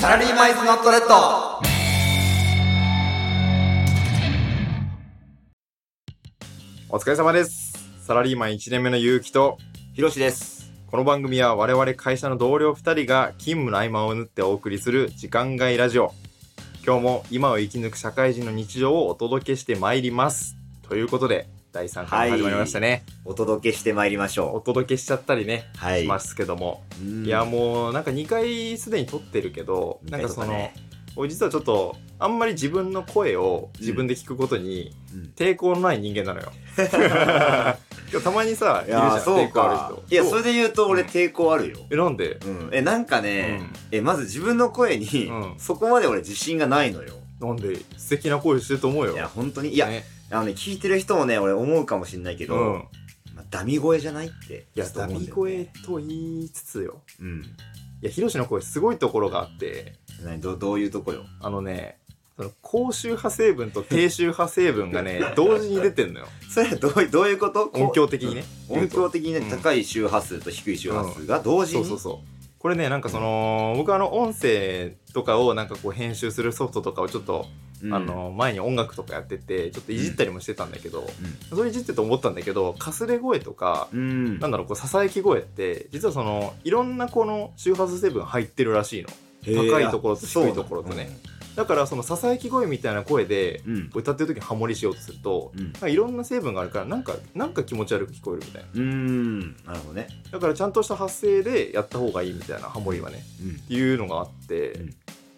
サラリーマイズノットレッドお疲れ様です。サラリーマン1年目の結城と、ひろしですこの番組は我々会社の同僚2人が勤務の合間を縫ってお送りする時間外ラジオ。今日も今を生き抜く社会人の日常をお届けしてまいります。ということで、第3回も始まりましたね。お届けしてまいりましおょ届けしちゃったりね、うはしますけども。うんいや、もうなんか2回すでに撮ってるけど、見なたりんかとそかの、ね俺実はちょっと、あんまり自分の声を自分で聞くことに抵抗のない人間な のよ。いやたまにいさ、いるじゃやん、そう抵抗あかる人。いやどうそれで言うと俺抵抗あるよえ、なんでうんえなんかねえまず自分の声にうんそこまで俺自信がないのよなんで素敵な声してると思うよ。いや本当にいやねあのね聞いてる人もね俺思うかもしんないけうどん。まあダミ声じゃないっていや、ちょっとダ思うんミだよね声と言いつつよ。うんいや、ヒロシの声すごいところがあって、何どどういうとこよあのね、その高周波成分と低周波成分が ね、同時に出てんのよ。それはどういうどういうことこう音響的にね。音響的にね、うん高い周波数と低い周波数が同時そに、うそうそう。これね、なんかその、僕あの、音声とかをなんかこう編集するソフトとかをちょっと、うんあ、の、前に音楽とかやってて、ちょっといじったりもしてたんだけど、うそれいじってと思ったんだけど、かすれ声とか、うん、なんだろう、こう、ささやき声って、実はその、いろんなこの周波数成分入ってるらしいの。高いところと低いところとねだから、その、ささやき声みたいな声で、うんこう歌ってる時にハモリしようとすると、うんなんかいろんな成分があるから、なんか、なんか気持ち悪く聞こえるみたいな。うんなるほどね、だから、ちゃんとした発声でやった方がいいみたいな、ハモリはね、っていうのがあって、うん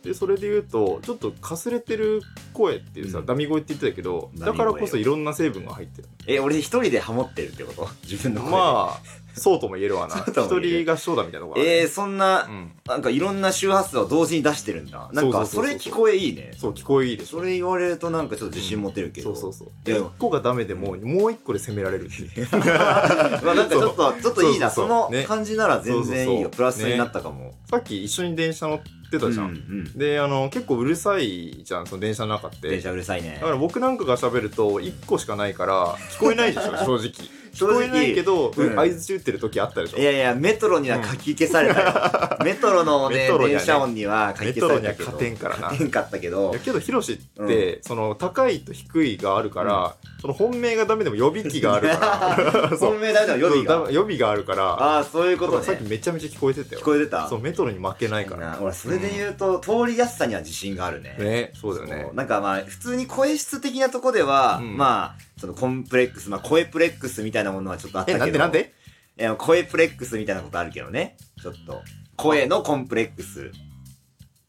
で、それで言うと、ちょっとかすれてる声っていうさ、うんダミ声って言ってたけど、ダミ声だよからこそいろんな成分が入ってる。え俺一人でハモってるってこと自分の声でまあ、そうとも言えるわな。 そう一とも言える人合唱だみたいなとこあるねえー、そんな、うん。なんかいろんな周波数を同時に出してるんだなんかそそうそうそうそうれ聞こえいいねそう、聞こえいいでしょそ。れ言われるとなんかちょっと自信持てるけど、そうそうそういや1個がダメでも、もう1個で攻められるっ ていうまあなんかちょっとちょっといいなそそうそうそうねの感じなら全然いいよそうそうそうプラスになったかも、さっき一緒に電車乗ってたじゃん、うんうんであの結構うるさいじゃんその電車の中って電車うるさいねだから僕なんかが喋ると1個しかないから聞こえないで しょ正直正聞直こえないけどうん合図打ってる時あったでしょいやいや、メトロには書き消された よ。メトロのメね、トロに電はね車音には書メきト消ロされにはたけど。勝てんからな勝てんかったけ いどや。けどヒロシって、その高いと低いがあるから、その本命がダメでも予備機があるからそう 本命だよ、予備そうがだ。予備があるからああ、そういうことだからさっきね。めちゃめちゃ聞こえてたよ聞こえてたそうメトロに負けないからな俺、それで言うと、通りやすさには自信があるね。ねそうだよねそうなんかまあ、普通に声質的なとこでは、うんまあ、そのコンプレックス、まあ、声プレックスみたいなものはちょっとあったけど。えなんでなんでいや声プレックスみたいなことあるけどね。ちょっと。声のコンプレックス。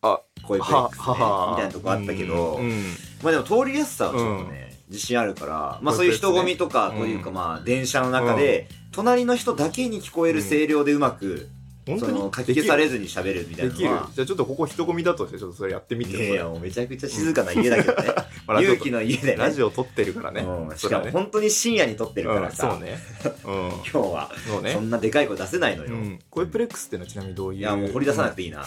あ、声プレックス、ね、みたいなとこあったけど、うんうんまあでも通りやすさはちょっとね、自信あるから、まあそういう人混みとかうんというかまあ電車の中で、隣の人だけに聞こえる声量でうまく、本そ当にの書き消されずに喋るみたいでなきるのは。じゃあちょっとここ人混みだとしてちょっとそれやってみていよやいや、もうめちゃくちゃ静かな家だけど ね。それまあ勇気の家でね。ラジオ撮ってるからねうん、しそかれもはね本当に深夜に撮ってるかうらんそうさ、ねうん今日はそう そねんなでかい声出せないのうよ。ん声プレックスってのはちなみにどういういいや、もう掘り出さなくていいな。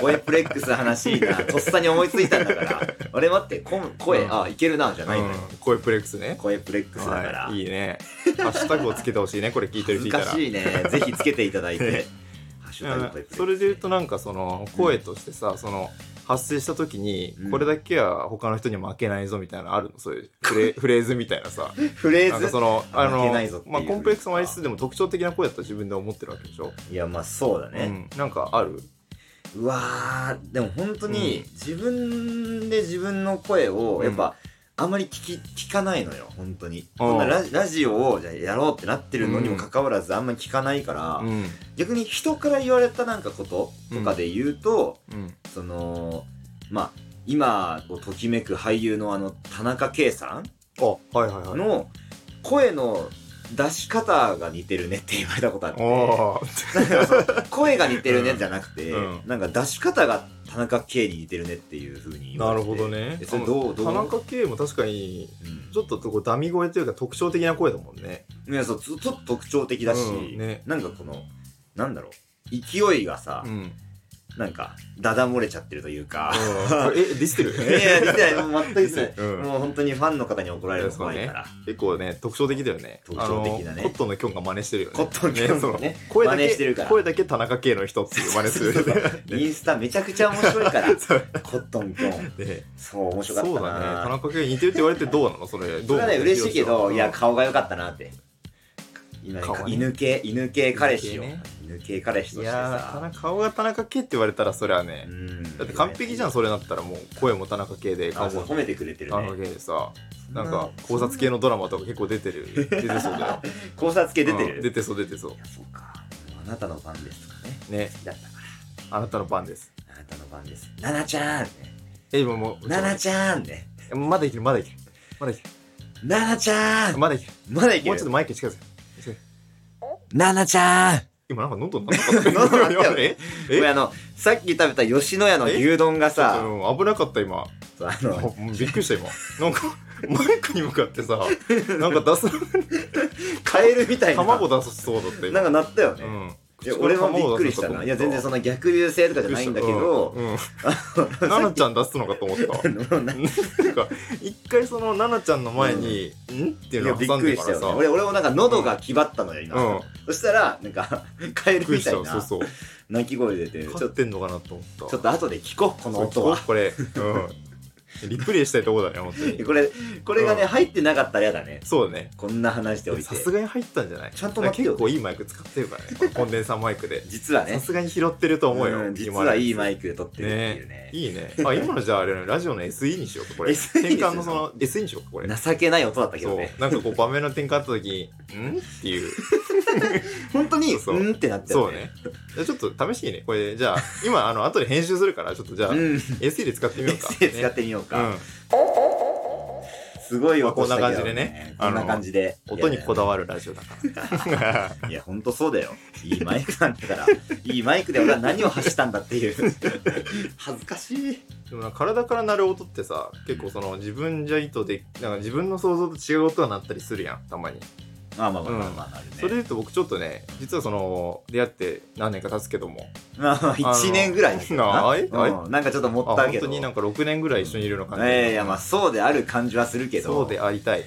声プレックスの話いい な。とっさに思いついたんだから。俺待って、こん声、あ、いけるな、じゃないのよ。うん声プレックスね声プレックスだから。はいいいねハッシュタグをつけて ほしいねこれ聞いてる人いたら難しいね。ぜひつけていただいて。 ハッシュタグタイプそれで言うとなんかその声としてさ、その発生した時にうんこれだけは他の人には負けないぞみたいなのあるのそういうフ レフレーズみたいなさフレなーんかズそのあ負のけないぞっていうまあ、コンプレックスもありつつでも特徴的な声だと自分で思ってるわけでしょ、いや、まあそうだね。うん、なんかあるうわー、でも本当うにん自分で自分の声を、やっうんぱ、あんまり聞き、聞かないのよ、本当に。あーこんなララジオをじゃあやろうってなってるのにもかかわらず、あんまり聞かないから、うん逆に人から言われたなんかこととかで言うと、うんその、まあ、今をときめく俳優のあの、田中圭さんあはいはいはいの声の出し方が似てるねって言われたことあって あ声が似てるねじゃなくて、うんなんか出し方が田中圭に似てるねっていうふうにあ言わなれるてほどねえそれどうどう田中圭も確かにちょっとこうダミ声というか特徴的な声だもんねうん、いやそうちょちょっと特徴的だし、うんねなんかこのなんだろう勢いがさ、うんなんか、だだ漏れちゃってるというか。 え、ディスってる いやいや、出てない。もう全く出てない。 うんもう本当にファンの方に怒られるの怖いから。結構ね、特徴的だよね。特徴的だねあのコットンのキョンが真似してるよね。コットンキョンそのね声だ真似してるかけ、ら声だけ田中圭の人っていう真似するよね。インスタめちゃくちゃ面白いから。 そうコットンキョン。 ねそう、面そ白うかだったね。な。田中圭似てるって言われてどうなのそれ。そどうれはね、嬉しいけど、いや、か顔が良かったなって。今顔ね犬系、犬系彼氏を。犬系ね犬系彼氏といしてやー田さ。中顔が田中圭って言われたらそれはね、うんだって完璧じゃん、それだったらもう声も田中圭で、あ顔そう褒もめてくれてる田ね中。圭でさ、そなんんか考察系のドラマとか結構出てる。出てそうだよ。考察 系出てる、うん出てそう出てそうい。やそうかあなたの番ですとかねね好、きだったかあなたの番です。らあなたの番ですななちゃんねえ、今もう、ななちゃんねまだいける、まだ いける。まだいけななちゃる。んまだいける。まだいけもうちょるっとマイク近づけて。ななちゃん 今なんか喉 鳴った喉鳴ったよ え これあのさっき食べた吉野家の牛丼がささ危なかった今。そうああのもうびっくりした今。なんか、マイクに向かってさ、なんか出す、 カエルみたいな卵出すそうだったな今んかなったよね、うんいや俺もびっくりした卵な。い出や、すの全然かその逆流性とかじゃとない思んっただけど、 うんナナちゃん出すのかと思った。あのななんか、一回そのナナちゃんの前に、んっていいうやのをびっ挟んくでりしかたらよね。さ。俺、俺もなんか喉が気張ったのよ、今。うん。そしたら、なんか、 カエびっルくりみしたたいよ、そうなそう。鳴き声出て、ちょっ勝とってんのかなと思った。ちょっと後で聞こう、この音は。これ、うん。リプレイしたいとこだね、本当に。これ、これがね、うん入ってなかったらやだね。そうだね。こんな話しておいてさ。すがに入ったんじゃないちゃんと待ってよ結構いいマイク使ってるから ね。コンデンサーマイクで。実はさね、すがに拾ってると思うよう。ん実はいいマイイクで撮ってるっていうね。いいね。あ、今のじゃああれだね、ラジオの SE にしようか、こ れ。 SE 転換のその SE にしようか、これ。情けない音だったけそどうね。。なんかこう、場面の転換あった時、んっ ていう。本当に、 うそうそうっんてなってそうね。。じゃあちょっと試しにね、これ、じゃあ、今、あの、後で編集するから、ちょっとじゃあう、ん。 SE で使ってみようか。 SE 使ってみよううか。ん。すごい音したけどねこんな感じでねこんな感じで。音にこだわわるラジオだから。 いや、ほんとそうだよ。いいマイクなんだから。いいマイクで俺は何を発したんだっていう。 恥ずかしい。でもなんか体から鳴る音ってさ結構その自分じゃ意図でなんか自分の想像と違う音が鳴ったりするやんたまに、まあまあまあまあまあ、なるね。それで言うと僕ちょっとね実はその出会って何年か経つけどもまあまあ、1年ぐらいだけどなな。あえあえうんなんかちょっともあったけ本ど。当になんか6年ぐらい一緒にいるような感じ、ええいやまあそうである感じはするけどそうであり たい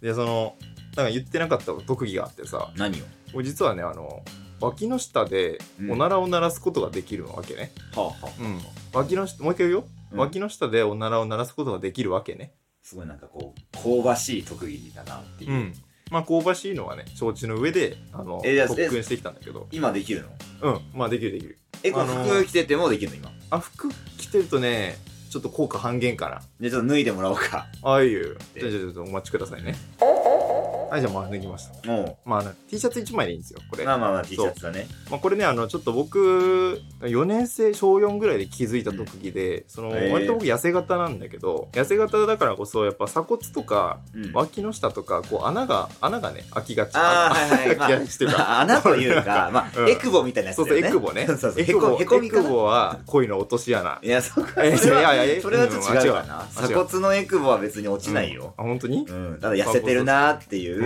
でそのなんか言ってなかった特技があってさ何を俺実はねあの脇の下でうんおならを鳴らすことができるわけね、はあはあうん脇の下もう一回言うよ、うん脇の下でおならを鳴らすことができるわけねすごいなんかこう香ばしい特技だなっていう、うん、まあ香ばしいのはね承知の上であのえいや特訓してきたんだけど今できるのうんまあできるできるえこれあのー服着ててもできるの今あ服着てるとねちょっと効果半減かなじゃあちょっと脱いでもらおうかああいうえじゃあじゃあちょっとお待ちくださいねはいじゃあまあ抜きましたもまああの T シャツ1枚でいいんですよこうれ、ままあまあまあ T シャツだねあ、これねあのちょっと僕4年生小4ぐらいで気づいた特技で、そのへえ割と僕痩せ型なんだけど痩せ型だからこそやっぱ鎖骨とかうん脇の下とかこう穴が穴がね開きがちああはいは い、ま開きがちっていうか、あ、穴と いうか、まあ、うんエクボみたいなやつそうだそう、よね。エクボ ね。そうそうそうエへクボこ、へこみかエクな。ボは恋の落とし穴。いや、そこえそれは、 いやいやえそれはちょっと違うかな。うん違う鎖骨のエクボは別に落ちないよ。あ、本当にうん、ただ痩せてるなーっていう、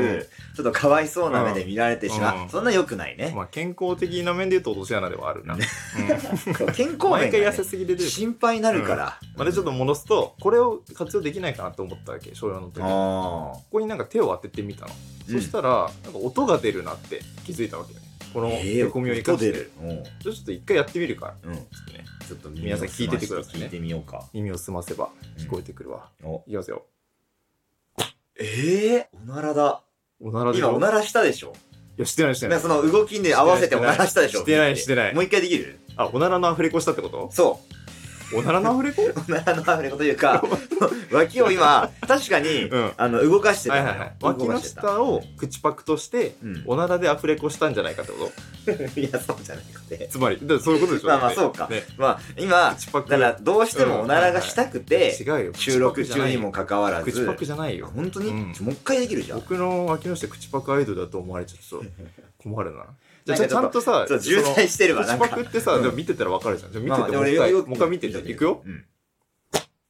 ちょっとかわいそうな目で見られてしまう、うんそんな良くないね、まあ、健康的な面で言うと落とし穴ではあるな。うん健康面が、ね毎、回痩せすぎで出る。心配になるから、まあでちょっと戻すと、これを活用できないかなと思ったわけ、小4の時。こああこになんか手を当ててみたの。そしたら、なんか音が出るなって気づいたわけね。このええへこみを生かして。音出るちょっと一回やってみるから。うん、うん、ちょっとね、ちょっと皆さん聞いててくださいね聞いてみようか耳を澄ませば聞こえてくるわ。おいきますよ。ええおならだおならでし今ょおならしたでしょいや、してないし てななんいか。その動きに合わせておならしたでしょしてないしてないもう一回できるあ、おならのアフレコしたってことそおならのアフレコう おならのあれこという か脇を今確かに、うんあの動かしてたはいのよ、はいはい。脇動のかしてた下を口パクとして、うんおならでアフレコしたんじゃないかってこといやそうじゃなくてつまり、だからそういうことでしょまあまあだってそうかねまあ今口パク。だからどうしてもおならがしたくて、違うよ。収録中にもかかわらず口パクじゃないよ。本当に、うんちょもう一回できるじゃん僕の脇の下口パクアイドルだと思われちゃ うと困るな。じゃあなんかちゃんとさ、そう渋滞してればな口んパかクってさ、うんでも見てたらわかるじゃん。じゃあ見まあまあててもう一俺回、よもう一回見てじゃあいくよ。うん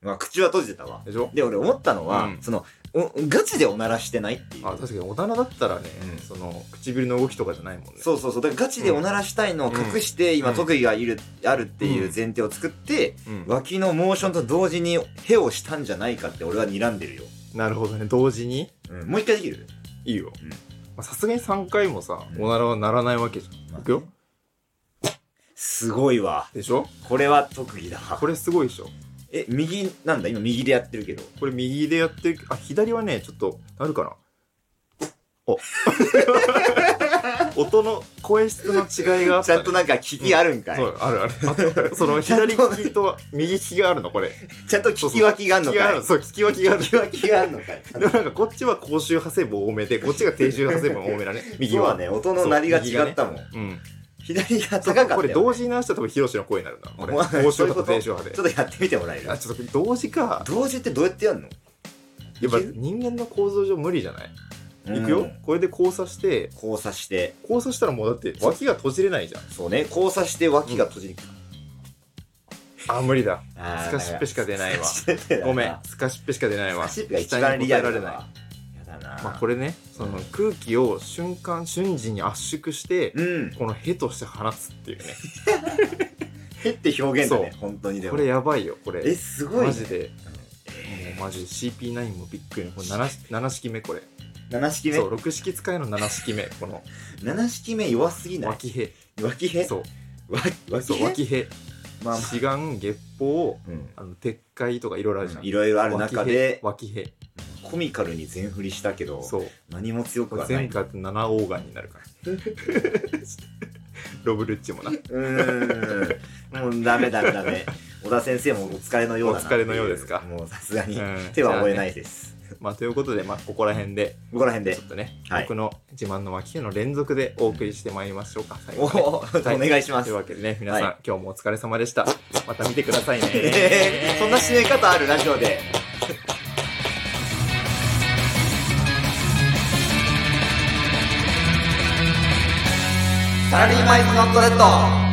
まあ、口は閉じてたわでしょで俺思ったのは、うんそのうん、ガチでおならしてないっていう。あ確かに大人だったらね、うんその唇の動きとかじゃないもんねそうそうそう。だからガチでおならしたいのを隠して、今うん特技がいる、あるっていう前提を作って、うん脇のモーションと同時にヘをしたんじゃないかって俺は睨んでるよ。なるほどね同時にうん、もう一回できるいいようんまあさすがに3回もさ、うんおならはならないわけじゃんいくよすごいわ。でしょこれは特技だ。これすごいでしょえ、右、なんだ今右でやってるけど。これ右でやってるあ左はねちょっとなるかな お音の声質の違いがあっちたゃねんとなんか聞きあるんかい、そうあるあるあとそのちゃん左と利きと右利きがあるのこれちゃんと聞き脇があんの利きがあかいるそう利き分けがある聞き脇があんの かいでもなんかこっちは高周波成分多めでこっちが低周波成分多め だね右そうははね、音の鳴りが違ったもん。うん左が高かったよ、ね。これ同時に鳴らしたら多分ヒロシの声になるなこれお前高そ周ういうこ波とと低周波でちょっとやってみてもらえるあちょっと同時か同時ってどうやってやんのやっぱいける人間の構造上無理じゃないいくうよんこれで交差して交差して。交差したらもうだって脇が閉じれないじゃんそうね、交差して脇が閉じにくる。あ無理だあースカシッペしか出ないわスカシッペだなごめんスカシッペしか出ないスわカシッペが期一待番に応リアえルられだないわやだなまあこれねその空気を瞬間瞬時に圧縮してうん。このヘとして放つっていうねへって表現だねそ、本当にでも。これやばいよこえ、れすごい、ね。マジでえもうマジで CP9 もびっくりこれ 7, 7式目これー7式目そう6式使いの7式目この ?7 式目弱すぎない脇ヘ脇へそうわ脇そうへ脇ヘまあまあ、志願月報うんあの撤回とかいろいろあるじゃんいろいろある中で、脇ヘコミカルに全振りしたけど、そう何も強くはな前い。回と7オーガンになるから ロブルッチもなうーん。もうダメダメダメ。小田先生もお疲れのようだなってい。お疲れのようですかもうさすがにうん手は負えないです。まあということでまあここら辺でここら辺でちょっ。とね、はい僕の自慢の脇毛の連続でお送りしてまいりましょうか最お後ねお、お願いしまとすいう。わけでね皆さん、はい今日もお疲れ様でしたまた見てくださいねえ ーそんな締め方あるラジオで。サラリーマイズノットレッド